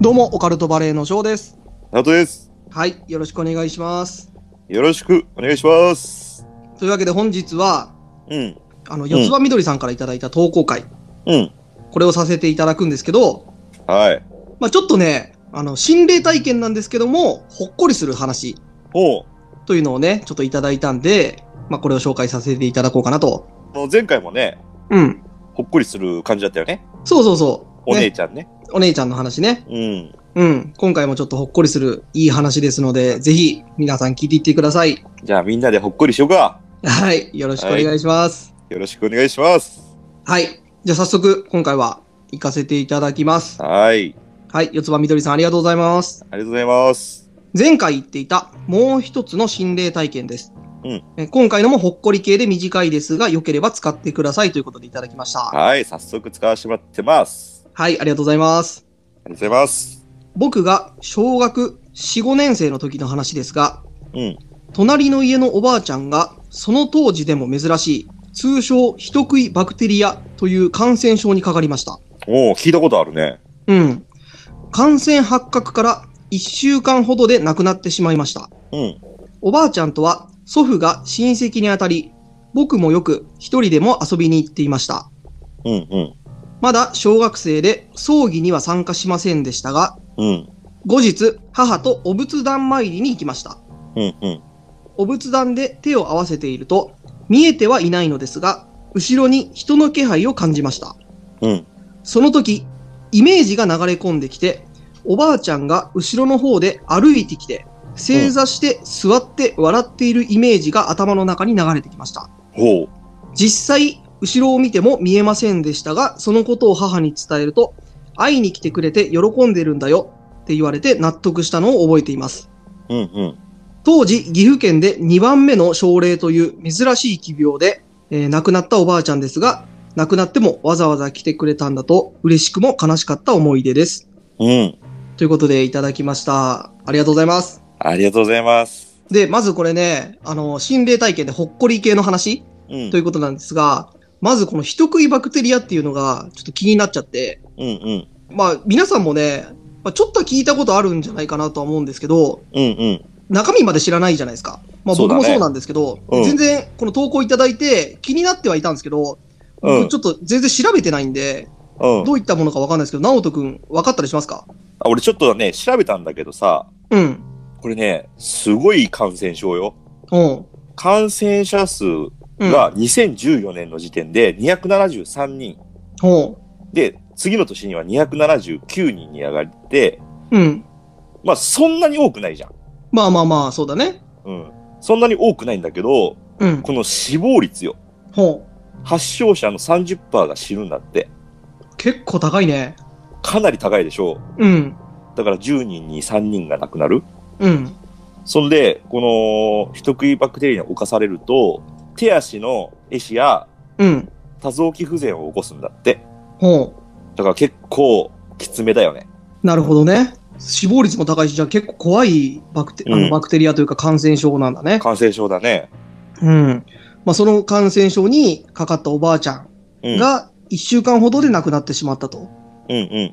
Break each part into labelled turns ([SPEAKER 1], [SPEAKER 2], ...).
[SPEAKER 1] どうも、オカルトバレーの翔です。
[SPEAKER 2] ナオトです。
[SPEAKER 1] はい、よろしくお願いします。
[SPEAKER 2] よろしくお願いします。
[SPEAKER 1] というわけで本日は、
[SPEAKER 2] うん。
[SPEAKER 1] あの、四つ葉みどりさんからいただいた投稿会、
[SPEAKER 2] うん。
[SPEAKER 1] これをさせていただくんですけど、
[SPEAKER 2] はい。
[SPEAKER 1] まあちょっとね、あの、心霊体験なんですけども、ほっこりする話
[SPEAKER 2] ほ
[SPEAKER 1] というのをね、ちょっといただいたんで、まあこれを紹介させていただこうかなと。
[SPEAKER 2] う。もう前回もね、
[SPEAKER 1] うん。
[SPEAKER 2] ほっこりする感じだったよね。
[SPEAKER 1] そうそうそう。
[SPEAKER 2] お姉
[SPEAKER 1] ね、
[SPEAKER 2] ちゃんね。
[SPEAKER 1] お姉ちゃんの話ね。
[SPEAKER 2] うん。
[SPEAKER 1] うん。今回もちょっとほっこりするいい話ですので、ぜひ皆さん聞いていってください。
[SPEAKER 2] じゃあみんなでほっこりしようか。
[SPEAKER 1] はい。よろしくお願いします。
[SPEAKER 2] よろしくお願いします。
[SPEAKER 1] はい。じゃあ早速、今回は行かせていただきます。
[SPEAKER 2] はい。
[SPEAKER 1] はい。四つ葉みどりさん、ありがとうございます。
[SPEAKER 2] ありがとうございます。
[SPEAKER 1] 前回言っていた、もう一つの心霊体験です。
[SPEAKER 2] うん
[SPEAKER 1] え今回のもほっこり系で短いですが、良ければ使ってくださいということでいただきました。
[SPEAKER 2] はい。早速使わせてもらってます。
[SPEAKER 1] はい。ありがとうございます。
[SPEAKER 2] ありがとうございます。
[SPEAKER 1] 僕が小学4、5年生の時の話ですが、
[SPEAKER 2] うん。
[SPEAKER 1] 隣の家のおばあちゃんが、その当時でも珍しい、通称、人食いバクテリアという感染症にかかりました。
[SPEAKER 2] おお、聞いたことあるね。
[SPEAKER 1] うん。感染発覚から1週間ほどで亡くなってしまいました。
[SPEAKER 2] うん。
[SPEAKER 1] おばあちゃんとは祖父が親戚にあたり、僕もよく一人でも遊びに行っていました。
[SPEAKER 2] うんうん。
[SPEAKER 1] まだ小学生で葬儀には参加しませんでしたが、
[SPEAKER 2] うん。
[SPEAKER 1] 後日母とお仏壇参りに行きました。
[SPEAKER 2] うんうん。
[SPEAKER 1] お仏壇で手を合わせていると、見えてはいないのですが、後ろに人の気配を感じました。
[SPEAKER 2] うん。
[SPEAKER 1] その時、イメージが流れ込んできて、おばあちゃんが後ろの方で歩いてきて、正座して座って笑っているイメージが頭の中に流れてきました。
[SPEAKER 2] ほう。
[SPEAKER 1] 実際、後ろを見ても見えませんでしたが、そのことを母に伝えると、会いに来てくれて喜んでるんだよって言われて納得したのを覚えています。
[SPEAKER 2] うんうん。
[SPEAKER 1] 当時、岐阜県で2番目の症例という珍しい奇病で、えー亡くなったおばあちゃんですが、亡くなってもわざわざ来てくれたんだと、嬉しくも悲しかった思い出です。
[SPEAKER 2] うん。
[SPEAKER 1] ということで、いただきました。ありがとうございます。
[SPEAKER 2] ありがとうございます。
[SPEAKER 1] で、まずこれね、あの、心霊体験でほっこり系の話
[SPEAKER 2] うん。
[SPEAKER 1] ということなんですが、まずこの人食いバクテリアっていうのが、ちょっと気になっちゃって、
[SPEAKER 2] うんうん。
[SPEAKER 1] まあ、皆さんもね、まあ、ちょっとは聞いたことあるんじゃないかなとは思うんですけど、
[SPEAKER 2] うんうん。
[SPEAKER 1] 中身まで知らないじゃないですか。まあ
[SPEAKER 2] そう
[SPEAKER 1] 僕
[SPEAKER 2] だ
[SPEAKER 1] も
[SPEAKER 2] ね
[SPEAKER 1] そうなんですけど、
[SPEAKER 2] うん
[SPEAKER 1] 全然この投稿いただいて気になってはいたんですけど、
[SPEAKER 2] うん
[SPEAKER 1] 僕ちょっと全然調べてないんで、
[SPEAKER 2] うん。
[SPEAKER 1] どういったものかわかんないですけど、直人くん分かったりしますか
[SPEAKER 2] あ俺ちょっとね、調べたんだけどさ、
[SPEAKER 1] うん。
[SPEAKER 2] これね、すごい感染症よ。
[SPEAKER 1] うん。
[SPEAKER 2] 感染者数
[SPEAKER 1] うん。
[SPEAKER 2] が2014年の時点で273人。
[SPEAKER 1] うん。
[SPEAKER 2] で、次の年には279人に上がって、
[SPEAKER 1] うん。
[SPEAKER 2] まあそんなに多くないじゃん。
[SPEAKER 1] まあまあまあ、そうだね。
[SPEAKER 2] うん。そんなに多くないんだけど、
[SPEAKER 1] うん。
[SPEAKER 2] この死亡率よ。
[SPEAKER 1] ほ
[SPEAKER 2] 発症者の30%が死ぬんだって。
[SPEAKER 1] う。結構高いね。
[SPEAKER 2] かなり高いでしょう。
[SPEAKER 1] うん。
[SPEAKER 2] だから10人に3人が亡くなる。
[SPEAKER 1] うん。
[SPEAKER 2] そんで、この、人食いバクテリアに侵されると、手足の壊死や
[SPEAKER 1] うん。
[SPEAKER 2] 多臓器不全を起こすんだって。
[SPEAKER 1] ほ
[SPEAKER 2] だから結構きつめだよ ね。
[SPEAKER 1] う。なるほどね。死亡率も高いし、じゃあ結構怖いバクテ,、あ
[SPEAKER 2] う
[SPEAKER 1] の
[SPEAKER 2] ん
[SPEAKER 1] バクテリアというか感染症なんだね。
[SPEAKER 2] 感染症だね。
[SPEAKER 1] うん。まあその感染症にかかったおばあちゃん。
[SPEAKER 2] うん。
[SPEAKER 1] が1週間ほどで亡くなってしまったと。
[SPEAKER 2] うんう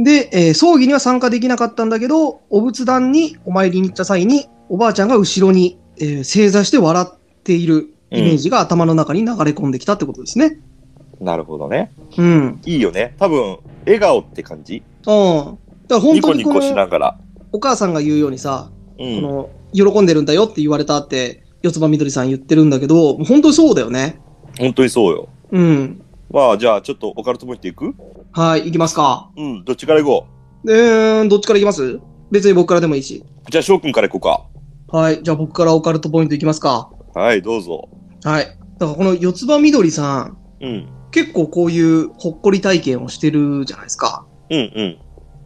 [SPEAKER 2] ん。
[SPEAKER 1] で、えー葬儀には参加できなかったんだけど、お仏壇にお参りに行った際に、おばあちゃんが後ろに、えー正座して笑っているイメージが頭の中に流れ込んできたってことですね。
[SPEAKER 2] なるほどね。
[SPEAKER 1] うん。
[SPEAKER 2] いいよね。多分、笑顔って感じ。
[SPEAKER 1] うん。だから本
[SPEAKER 2] ニ
[SPEAKER 1] 当
[SPEAKER 2] コ
[SPEAKER 1] に
[SPEAKER 2] ニ
[SPEAKER 1] こ
[SPEAKER 2] コし
[SPEAKER 1] の
[SPEAKER 2] ながら。
[SPEAKER 1] お母さんが言うようにさ、
[SPEAKER 2] う
[SPEAKER 1] こ
[SPEAKER 2] ん。
[SPEAKER 1] の喜んでるんだよって言われたって、四つ葉みどりさん言ってるんだけど、本当にそうだよね。
[SPEAKER 2] 本当にそうよ。
[SPEAKER 1] うん。
[SPEAKER 2] まあ、じゃあ、ちょっとオカルトポイントいく
[SPEAKER 1] はい、行きますか。
[SPEAKER 2] うん。どっちから行こ
[SPEAKER 1] えー、どっちから行きます別に僕からでもいいし。
[SPEAKER 2] うじゃあ、翔くんから行こ
[SPEAKER 1] はい。じゃあ僕からオカルトポイントいきますか。
[SPEAKER 2] うか。はい、どうぞ。
[SPEAKER 1] はい。だからこの四つ葉みどりさん、
[SPEAKER 2] うん。
[SPEAKER 1] 結構こういうほっこり体験をしてるじゃないですか。
[SPEAKER 2] うんうん。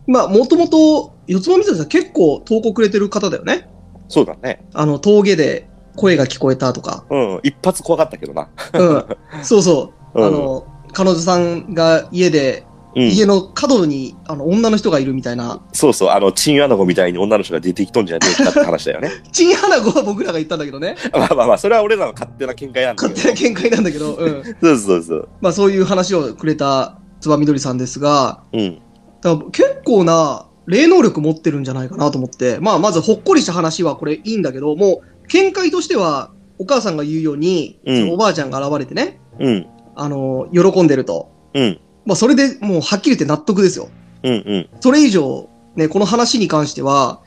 [SPEAKER 1] まあ、もともと四つ葉みどりさん結構投稿くれてる方だよね。
[SPEAKER 2] そうだね。
[SPEAKER 1] あの、峠で声が聞こえたとか。
[SPEAKER 2] うん。一発怖かったけどな。
[SPEAKER 1] うん。そうそう。
[SPEAKER 2] うん
[SPEAKER 1] あの、彼女さんが家で、
[SPEAKER 2] うん。
[SPEAKER 1] 家の角にあの女の人がいるみたいな。
[SPEAKER 2] そうそう。あの、チンアナゴみたいに女の人が出てきとんじゃねえかって話 だよね。
[SPEAKER 1] チンハナゴは僕らが言ったんだけどね。
[SPEAKER 2] まあまあまあ、それは俺らの勝手な見解なんだ
[SPEAKER 1] 勝
[SPEAKER 2] けど。
[SPEAKER 1] 手な見解なんだけど、うん。
[SPEAKER 2] そうそうそう。
[SPEAKER 1] まあ、そういう話をくれた四つ葉みどりさんですが、
[SPEAKER 2] うん。
[SPEAKER 1] だから結構な霊能力持ってるんじゃないかなと思って、まあ、まずほっこりした話はこれいいんだけど、もう、見解としては、お母さんが言うように、
[SPEAKER 2] うん
[SPEAKER 1] そのおばあちゃんが現れてね、
[SPEAKER 2] うん。
[SPEAKER 1] あの、喜んでると。
[SPEAKER 2] うん。
[SPEAKER 1] まあ、それでもうはっきり言って納得ですよ。
[SPEAKER 2] うん。うん。
[SPEAKER 1] それ以上、ね、この話に関しては、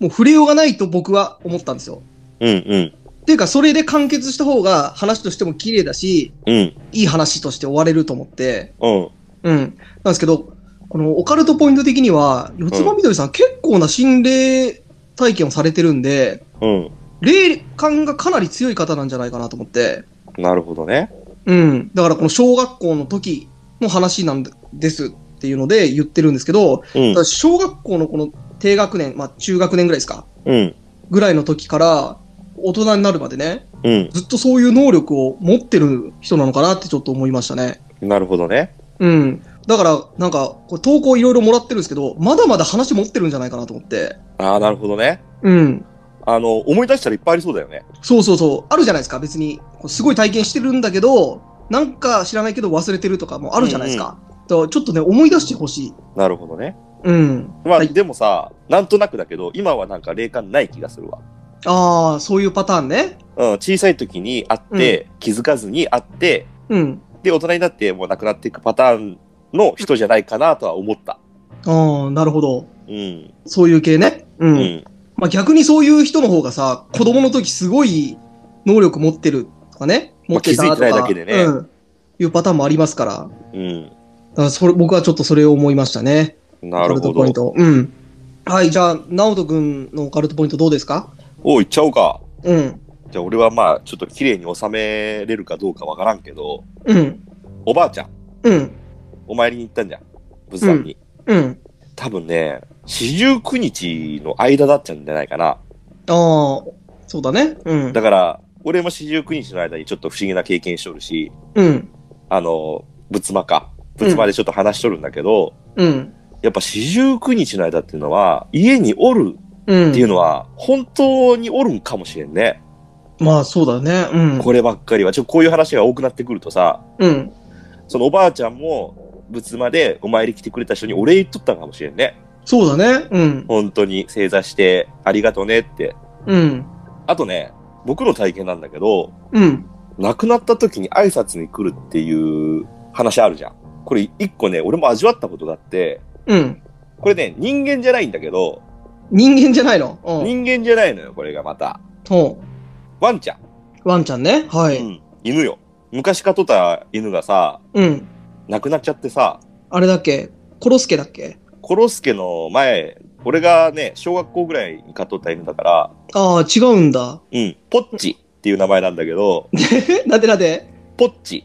[SPEAKER 1] もう触れようがないと僕は思ったんですよ。
[SPEAKER 2] うん。うん。
[SPEAKER 1] っていうか、それで完結した方が話としても綺麗だし、
[SPEAKER 2] うん。
[SPEAKER 1] いい話として終われると思って、
[SPEAKER 2] うん。
[SPEAKER 1] うん。なんですけど、このオカルトポイント的には、四つ葉みどりさん、結構な心霊体験をされてるんで、
[SPEAKER 2] うん。
[SPEAKER 1] 霊感がかなり強い方なんじゃないかなと思って、
[SPEAKER 2] なるほどね。
[SPEAKER 1] うん。だからこの小学校の時の話なんですっていうので言ってるんですけど、
[SPEAKER 2] うん
[SPEAKER 1] た。だ小学校のこの低学年、まあ中学年ぐらいですか、
[SPEAKER 2] うん。
[SPEAKER 1] ぐらいの時から大人になるまでね、
[SPEAKER 2] うん。
[SPEAKER 1] ずっとそういう能力を持ってる人なのかなってちょっと思いましたね。
[SPEAKER 2] なるほどね。
[SPEAKER 1] うん。だから、なんか、これ投稿いろいろもらってるんですけど、まだまだ話持ってるんじゃないかなと思って。
[SPEAKER 2] ああ、なるほどね。
[SPEAKER 1] うん。
[SPEAKER 2] あの、思い出したらいっぱいありそうだよね。
[SPEAKER 1] そうそうそう。あるじゃないですか、別に。こうすごい体験してるんだけど、なんか知らないけど忘れてるとかもあるじゃないですか。だからちょっとね、思い出してほしい。
[SPEAKER 2] なるほどね。
[SPEAKER 1] うん。
[SPEAKER 2] まあ、
[SPEAKER 1] はい
[SPEAKER 2] でもさ、なんとなくだけど、今はなんか霊感ない気がするわ。
[SPEAKER 1] ああ、そういうパターンね。
[SPEAKER 2] うん、小さい時に会って、気づかずに会って、
[SPEAKER 1] うん。
[SPEAKER 2] で、大人になってもう亡くなっていくパターンの人じゃないかなとは思った。
[SPEAKER 1] ああ、なるほど。
[SPEAKER 2] うん。
[SPEAKER 1] そういう系ね。う。
[SPEAKER 2] うんん。
[SPEAKER 1] まあ、逆にそういう人の方がさ、子供の時すごい能力持ってるとかね、持ってたとか、
[SPEAKER 2] まあ気づいてないだけでね
[SPEAKER 1] うん、いうパターンもありますから、だか
[SPEAKER 2] うん。
[SPEAKER 1] らそれ僕はちょっとそれを思いましたね。
[SPEAKER 2] な
[SPEAKER 1] オカ
[SPEAKER 2] るほ
[SPEAKER 1] ル
[SPEAKER 2] ど。
[SPEAKER 1] トポイント。うん。はい、じゃあ、直人くんのオカルトポイントどうですか
[SPEAKER 2] おい、行っちゃおうか。
[SPEAKER 1] うん。
[SPEAKER 2] じゃあ、俺はまあ、ちょっと綺麗に収めれるかどうかわからんけど、
[SPEAKER 1] うん。
[SPEAKER 2] おばあちゃん、
[SPEAKER 1] うん。
[SPEAKER 2] お参りに行ったんじゃん。仏壇に。
[SPEAKER 1] うん。
[SPEAKER 2] 多分ね、四十九日の間だったんじゃないかな。
[SPEAKER 1] ああ、そうだね。うん。
[SPEAKER 2] だから、俺も四十九日の間にちょっと不思議な経験しとるし、
[SPEAKER 1] うん。
[SPEAKER 2] あの、仏間か。仏間でちょっと話しとるんだけど、
[SPEAKER 1] うん。
[SPEAKER 2] やっぱ四十九日の間っていうのは、家におる
[SPEAKER 1] うん。
[SPEAKER 2] っていうのは、本当におるんかもしれんね。
[SPEAKER 1] まあ、そうだね。うん。
[SPEAKER 2] こればっかりは。ちょ、こういう話が多くなってくるとさ、
[SPEAKER 1] うん。
[SPEAKER 2] そのおばあちゃんも、仏間でお参り来てくれた人にお礼言っとったのかもしれんね。
[SPEAKER 1] そうだね。うん。
[SPEAKER 2] 本当に正座して、ありがとうねって。
[SPEAKER 1] うん。
[SPEAKER 2] あとね、僕の体験なんだけど、
[SPEAKER 1] うん。
[SPEAKER 2] 亡くなった時に挨拶に来るっていう話あるじゃん。これ一個ね、俺も味わったことがあって、
[SPEAKER 1] うん。
[SPEAKER 2] これね、人間じゃないんだけど、
[SPEAKER 1] 人間じゃないの。うん。
[SPEAKER 2] 人間じゃないのよ、これがまた。
[SPEAKER 1] うん
[SPEAKER 2] ワンちゃん。
[SPEAKER 1] ワンちゃんね。は
[SPEAKER 2] う
[SPEAKER 1] い。
[SPEAKER 2] ん犬よ。昔飼っとった犬がさ、
[SPEAKER 1] うん。
[SPEAKER 2] 亡くなっちゃってさ、
[SPEAKER 1] あれだっけコロスケだっけ
[SPEAKER 2] コロスケの前、俺がね、小学校ぐらいに飼っとった犬だから、
[SPEAKER 1] ああ、違うんだ。
[SPEAKER 2] うん、ポッチっていう名前なんだけど、
[SPEAKER 1] えなんでなんで
[SPEAKER 2] ポッチ、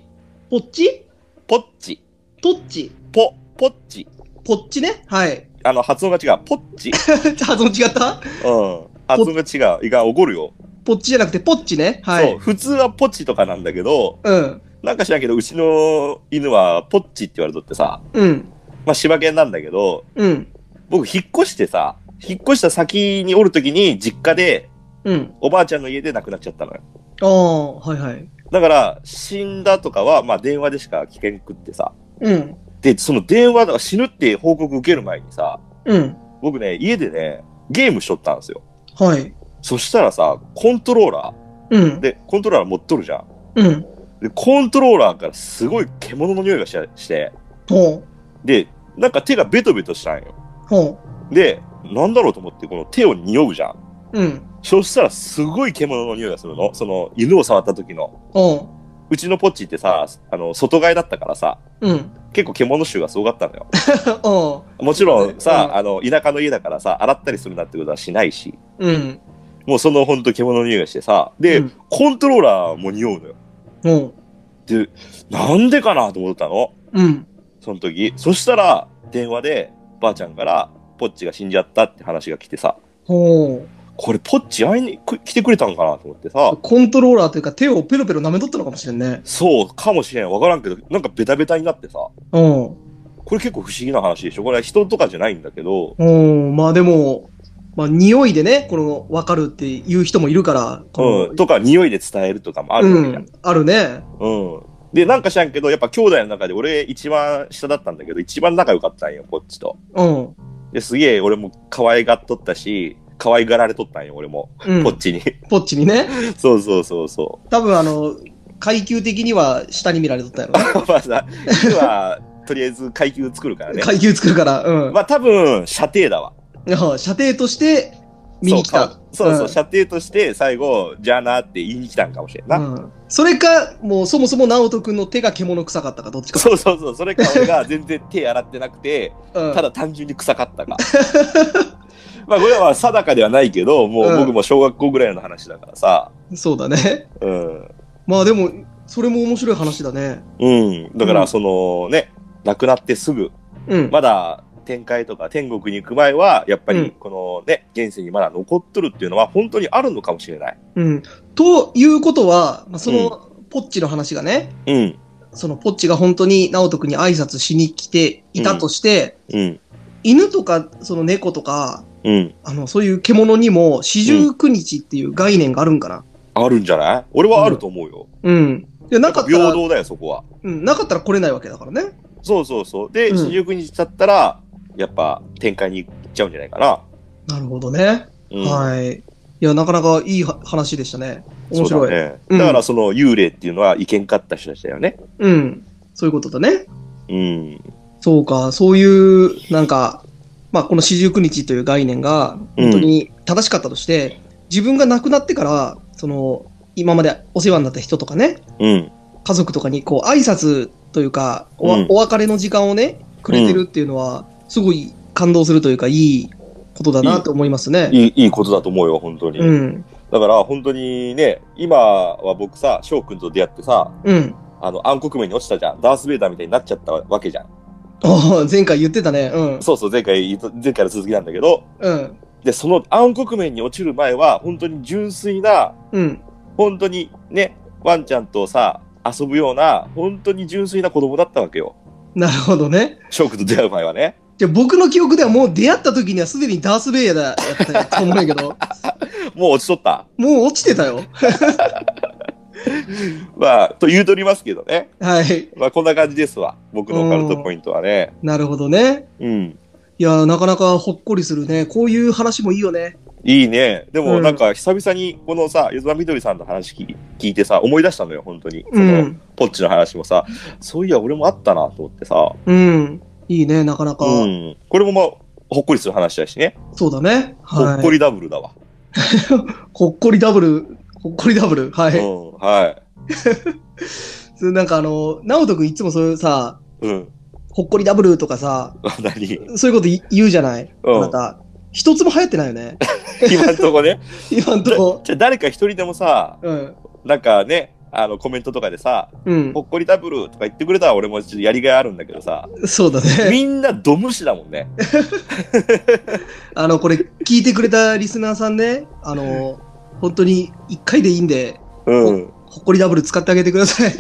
[SPEAKER 1] ポッチ
[SPEAKER 2] ポッチ、
[SPEAKER 1] トッチ
[SPEAKER 2] ポ、ポッチ。
[SPEAKER 1] ポッチねはい。
[SPEAKER 2] あの、発音が違う。ポッチ。
[SPEAKER 1] 発音違った
[SPEAKER 2] うん。発音が違う。いや、怒るよ。
[SPEAKER 1] ポッチじゃなくてポッチね。は
[SPEAKER 2] そう。
[SPEAKER 1] い。
[SPEAKER 2] 普通はポッチとかなんだけど、
[SPEAKER 1] うん。
[SPEAKER 2] なんか知らんけど、うちの犬はポッチって言われとってさ、
[SPEAKER 1] うん。
[SPEAKER 2] まあ、柴犬なんだけど、
[SPEAKER 1] うん。
[SPEAKER 2] 僕引っ越してさ、引っ越した先におるときに実家で、
[SPEAKER 1] うん。
[SPEAKER 2] おばあちゃんの家で亡くなっちゃったのよ。
[SPEAKER 1] ああ、はいはい。
[SPEAKER 2] だから、死んだとかは、まあ、電話でしか聞けんくってさ。
[SPEAKER 1] うん。
[SPEAKER 2] で、その電話とか死ぬって報告受ける前にさ、
[SPEAKER 1] うん。
[SPEAKER 2] 僕ね、家でね、ゲームしとったんですよ。
[SPEAKER 1] はい。
[SPEAKER 2] そしたらさ、コントローラ
[SPEAKER 1] うん
[SPEAKER 2] ー。。で、コントローラー持っとるじゃん。
[SPEAKER 1] うん。
[SPEAKER 2] で、コントローラーからすごい獣の匂いがしして、
[SPEAKER 1] ほう。
[SPEAKER 2] で、なんか手がベトベトしたんよ。
[SPEAKER 1] ほ
[SPEAKER 2] で、なんだろうと思って、この手を匂うじゃん。
[SPEAKER 1] う。うん。
[SPEAKER 2] そしたらすごい獣の匂いがするの。その、犬を触った時の。
[SPEAKER 1] おう。
[SPEAKER 2] うちのポッチってさ、あの、外飼いだったからさ、
[SPEAKER 1] うん。
[SPEAKER 2] 結構獣臭がすごかったのよ。
[SPEAKER 1] おう。
[SPEAKER 2] もちろん
[SPEAKER 1] う
[SPEAKER 2] さ、
[SPEAKER 1] ん
[SPEAKER 2] あの、田舎の家だからさ、洗ったりするなってことはしないし、
[SPEAKER 1] うん。
[SPEAKER 2] もうそのほんと獣の匂いがしてさ、で、
[SPEAKER 1] うん
[SPEAKER 2] コントローラーも匂うのよ。
[SPEAKER 1] おう。
[SPEAKER 2] で、なんでかなと思ったの。
[SPEAKER 1] うん。
[SPEAKER 2] その時。そしたら、電話で、ばあちゃんから、ポッチが死んじゃったって話が来てさ、
[SPEAKER 1] ほう。
[SPEAKER 2] これポッチ会いにく来てくれたんかなと思ってさ、
[SPEAKER 1] コントローラーというか手をペロペロ舐めとったのかもしれんね。
[SPEAKER 2] そうかもしれん。わからんけど、なんかベタベタになってさ、
[SPEAKER 1] おうん。
[SPEAKER 2] これ結構不思議な話でしょこれは人とかじゃないんだけど、
[SPEAKER 1] うん、まあでも、まあ匂いでね、この分かるっていう人もいるから、こ
[SPEAKER 2] うん、とか匂いで伝えるとかもあ
[SPEAKER 1] の
[SPEAKER 2] るわけじゃん。
[SPEAKER 1] うんあるね。
[SPEAKER 2] うん。で、なんか知らんけど、やっぱ兄弟の中で俺一番下だったんだけど、一番仲良かったんよ、こっちと。
[SPEAKER 1] うん。
[SPEAKER 2] ですげえ俺も可愛がっとったし、可愛がられとったんよ、俺も。
[SPEAKER 1] うん
[SPEAKER 2] こっちに。
[SPEAKER 1] ポッチにね。
[SPEAKER 2] そうそうそうそ
[SPEAKER 1] 多分あの、階級的には下に見られとったや ろ
[SPEAKER 2] う。まあさ、今は、とりあえず階級作るから
[SPEAKER 1] ね。
[SPEAKER 2] ね。
[SPEAKER 1] 階級作るから、うん。
[SPEAKER 2] まあ多分、射程だわ。
[SPEAKER 1] うん射程として見に来た。
[SPEAKER 2] そうかそうそう、
[SPEAKER 1] ん
[SPEAKER 2] 射程として最後、じゃあなって言いに来たんかもしれんな。
[SPEAKER 1] うんそれか、もうそもそも直人君の手が獣臭かったか、どっちか。
[SPEAKER 2] そうそうそう、それか俺が全然手洗ってなくて、
[SPEAKER 1] うん
[SPEAKER 2] ただ単純に臭かったか。 まあこれは定かではないけど、も
[SPEAKER 1] うん
[SPEAKER 2] う僕も小学校ぐらいの話だからさ。
[SPEAKER 1] そうだね。
[SPEAKER 2] うん。
[SPEAKER 1] まあでも、それも面白い話だね。
[SPEAKER 2] うん。だか
[SPEAKER 1] うん
[SPEAKER 2] らそのね、亡くなってすぐ、
[SPEAKER 1] うん。
[SPEAKER 2] まだ天界とか天国に行く前は、やっぱ
[SPEAKER 1] うん
[SPEAKER 2] りこのね、現世にまだ残っとるっていうのは本当にあるのかもしれない。
[SPEAKER 1] うん。ということは、まあその、ポッチの話がね、
[SPEAKER 2] うん。
[SPEAKER 1] そのポッチが本当に直人君に挨拶しに来ていたとして、
[SPEAKER 2] うん。
[SPEAKER 1] 犬とか、その猫とか、
[SPEAKER 2] うん。
[SPEAKER 1] あの、そういう獣にも四十九日っていう概念があるんかな。
[SPEAKER 2] あるんじゃない俺はあると思うよ。
[SPEAKER 1] うん。でなかった
[SPEAKER 2] 平
[SPEAKER 1] ら、
[SPEAKER 2] 等だよ、そこは。
[SPEAKER 1] うん、なかったら来れないわけだからね。
[SPEAKER 2] そうそうそう。で、
[SPEAKER 1] うん
[SPEAKER 2] 四十九日経ったら、やっぱ天界に行っちゃうんじゃないかな。
[SPEAKER 1] なるほどね。
[SPEAKER 2] うん、
[SPEAKER 1] はい。いや、なかなかいいは話でしたね。面白い。
[SPEAKER 2] そうだね。
[SPEAKER 1] うん
[SPEAKER 2] だからその幽霊っていうのはいけんかった人たちだよね。
[SPEAKER 1] うん。そういうことだね。
[SPEAKER 2] うん。
[SPEAKER 1] そうか、そういう、なんか、まあ、この四十九日という概念が、本当に正しかったとして、自分が亡くなってから、その、今までお世話になった人とかね、
[SPEAKER 2] うん。
[SPEAKER 1] 家族とかに、こう、挨拶というか、おわ
[SPEAKER 2] うん
[SPEAKER 1] お別れの時間をね、くれてるっていうのは、すごい感動するというか、いいことだなと思いますね。
[SPEAKER 2] いい、いいことだと思うよ、本当に。
[SPEAKER 1] うん。
[SPEAKER 2] だから本当にね、今は僕さ、翔くんと出会ってさ、
[SPEAKER 1] うん。
[SPEAKER 2] あの、暗黒面に落ちたじゃん。ダース・ベイダーみたいになっちゃったわけじゃん。
[SPEAKER 1] ああ、前回言ってたね。うん。
[SPEAKER 2] そうそう、前回、前回の続きなんだけど、
[SPEAKER 1] うん。
[SPEAKER 2] で、その暗黒面に落ちる前は、本当に純粋な、
[SPEAKER 1] うん。
[SPEAKER 2] 本当にね、ワンちゃんとさ、遊ぶような、本当に純粋な子供だったわけよ。
[SPEAKER 1] なるほどね。
[SPEAKER 2] 翔くんと出会う前はね。
[SPEAKER 1] じゃあ僕の記憶ではもう出会った時にはすでにダース・ベイヤーだやったと思うんやけ ど、
[SPEAKER 2] もう落ちとった。
[SPEAKER 1] もう落ちてたよ。
[SPEAKER 2] まあ、と言うとりますけどね。
[SPEAKER 1] はい。
[SPEAKER 2] まあ、こんな感じですわ。僕のオカルトポイントはね。
[SPEAKER 1] なるほどね。
[SPEAKER 2] うん。
[SPEAKER 1] いやー、なかなかほっこりするね。こういう話もいいよね。
[SPEAKER 2] いいね。で
[SPEAKER 1] う
[SPEAKER 2] も、
[SPEAKER 1] ん
[SPEAKER 2] なんか、久々に、このさ、ゆずまみどりさんの話聞聞いてさ、思い出したのよ、本当に。そうの、
[SPEAKER 1] ん。
[SPEAKER 2] ポッチの話もさ、そういや、俺もあったな、と思ってさ。
[SPEAKER 1] うん。いいね、なかなか。
[SPEAKER 2] うん。これもまあ、ほっこりする話だしね。
[SPEAKER 1] そうだね。
[SPEAKER 2] ほ
[SPEAKER 1] はい。
[SPEAKER 2] っこ。りダブルだわ。
[SPEAKER 1] ほっこりダブル。ほっこりダブル。は
[SPEAKER 2] う
[SPEAKER 1] い。
[SPEAKER 2] ん。は
[SPEAKER 1] それなんかあの、直人くんいつもそういうさ、
[SPEAKER 2] い。うん。
[SPEAKER 1] ほっこりダブルとかさ、
[SPEAKER 2] 何
[SPEAKER 1] そういうことい言うじゃない。あ
[SPEAKER 2] う。
[SPEAKER 1] なんた、一つも流行ってないよね。
[SPEAKER 2] 今んとこね。
[SPEAKER 1] 今んとこ。
[SPEAKER 2] じゃあ、誰か一人でもさ、
[SPEAKER 1] うん。
[SPEAKER 2] なんかね、あの、コメントとかでさ、
[SPEAKER 1] うん
[SPEAKER 2] ほ。っこりダブルとか言ってくれたら俺もちょっとやりがいあるんだけどさ、
[SPEAKER 1] そうだね。
[SPEAKER 2] みんなド無視だもんね。
[SPEAKER 1] あの、これ、聞いてくれたリスナーさんね、あの、本当に一回でいいんで、
[SPEAKER 2] うん。
[SPEAKER 1] ほっこりダブル使ってあげてください。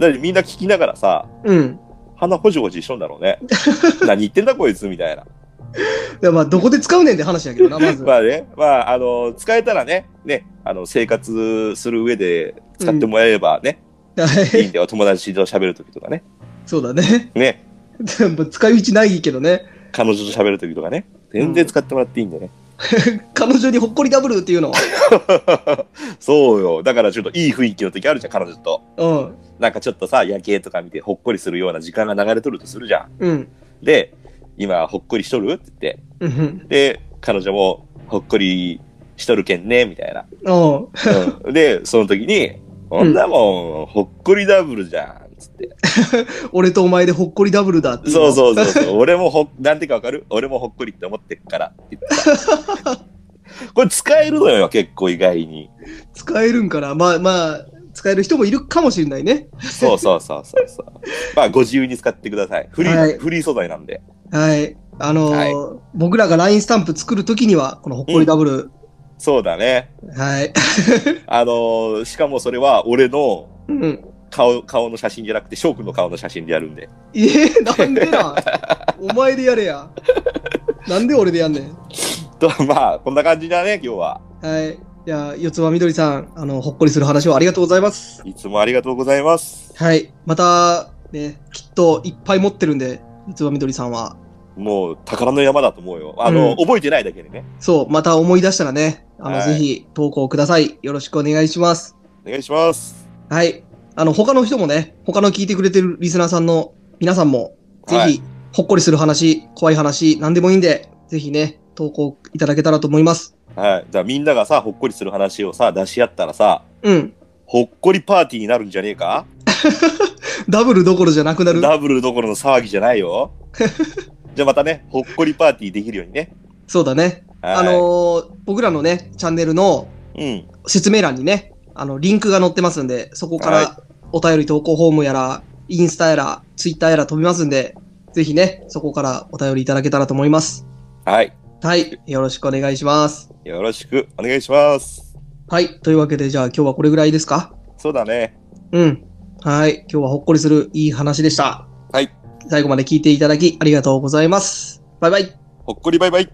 [SPEAKER 2] だってみんな聞きながらさ、
[SPEAKER 1] うん。
[SPEAKER 2] 鼻ほじほじしとんだろうね。何言ってんだこいつみたいな。
[SPEAKER 1] でまあ、どこで使うねんって話やけどな、まず。
[SPEAKER 2] まあね、まあ、あの、使えたらね、ね、あの、生活する上で使ってもらえればね、
[SPEAKER 1] はい
[SPEAKER 2] いいんだよ。友達と喋るときとかね。
[SPEAKER 1] そうだね。
[SPEAKER 2] ね、
[SPEAKER 1] でも使い道ないけどね。
[SPEAKER 2] 彼女と喋るときとかね。全然使ってもらっていいんだよね。
[SPEAKER 1] 彼女にほっこりダブルっていうの。
[SPEAKER 2] そうよ。だからちょっといい雰囲気の時あるじゃん、彼女と。
[SPEAKER 1] うん。
[SPEAKER 2] なんかちょっとさ、夜景とか見てほっこりするような時間が流れとるとするじゃん。
[SPEAKER 1] うん。
[SPEAKER 2] で、今、ほっこりしとるって言って、
[SPEAKER 1] うんうん。
[SPEAKER 2] で、彼女も、ほっこりしとるけんね、みたいな。
[SPEAKER 1] おう
[SPEAKER 2] うんで、その時に、こんなもん、ほっこりダブルじゃん、つって。
[SPEAKER 1] 俺とお前でほっこりダブルだってい
[SPEAKER 2] そう
[SPEAKER 1] う
[SPEAKER 2] そうそうそう、俺もほ、なんてかわかる俺もほっこりって思ってっから、って言 ってたこれ使えるのよ、結構意外に。
[SPEAKER 1] の。使えるんかな。まあまあ、使える人もいるかもしれないね。
[SPEAKER 2] そうそうそうそうそう。まあ、ご自由に使ってください。フリー、
[SPEAKER 1] はい
[SPEAKER 2] フリー素材なんで。
[SPEAKER 1] はい。あのー
[SPEAKER 2] はい
[SPEAKER 1] 僕らが LINE スタンプ作るときには、このほっこりダブル。
[SPEAKER 2] そうだね。
[SPEAKER 1] はい。
[SPEAKER 2] あのーしかもそれは、俺の
[SPEAKER 1] うん。
[SPEAKER 2] 顔、顔の写真じゃなくて、翔くんの顔の写真でやるんで。
[SPEAKER 1] えなんでなんお前でやれや。なんで俺でやんねん。
[SPEAKER 2] と、まあ、こんな感じだね、今日は。
[SPEAKER 1] はい。じゃあ、四つ葉みどりさん、あの、ほっこりする話をありがとうございます。
[SPEAKER 2] いつもありがとうございます。
[SPEAKER 1] はい。また、ね、きっといっぱい持ってるんで、四つ葉みどりさんは。
[SPEAKER 2] もう宝の山だと思うよ。あの、
[SPEAKER 1] うん
[SPEAKER 2] 覚えてないだけでね。
[SPEAKER 1] そう、また思い出したらね、あの、
[SPEAKER 2] は
[SPEAKER 1] ぜ
[SPEAKER 2] い
[SPEAKER 1] ひ投稿ください。よろしくお願いします。
[SPEAKER 2] お願いします。
[SPEAKER 1] はい。あの、他の人もね、他の聞いてくれてるリスナーさんの皆さんも、ぜ
[SPEAKER 2] はい
[SPEAKER 1] ひ、ほっこりする話、怖い話、何でもいいんで、ぜひね、投稿いただけたらと思います。
[SPEAKER 2] はい。じゃあみんながさ、ほっこりする話をさ、出し合ったらさ、
[SPEAKER 1] うん。
[SPEAKER 2] ほっこりパーティーになるんじゃねえか
[SPEAKER 1] ダブルどころじゃなくなる。
[SPEAKER 2] ダブルどころの騒ぎじゃないよ。 じゃあまたね、ほっこりパーティーできるようにね。
[SPEAKER 1] そうだね。
[SPEAKER 2] はい
[SPEAKER 1] あのー僕らのね、チャンネルの
[SPEAKER 2] うん。
[SPEAKER 1] 説明欄にね、あの、リンクが載ってますんで、そこか
[SPEAKER 2] はい
[SPEAKER 1] らお便り投稿フォームやら、インスタやら、ツイッターやら飛びますんで、ぜひね、そこからお便りいただけたらと思います。
[SPEAKER 2] はい。
[SPEAKER 1] はい。よろしくお願いします。
[SPEAKER 2] よろしくお願いします。
[SPEAKER 1] はい。というわけで、じゃあ今日はこれぐらいですか
[SPEAKER 2] そうだね。
[SPEAKER 1] うん。はい。今日はほっこりするいい話でした。
[SPEAKER 2] はい。
[SPEAKER 1] 最後まで聞いていただきありがとうございます。バイバイ。
[SPEAKER 2] ほっこりバイバイ。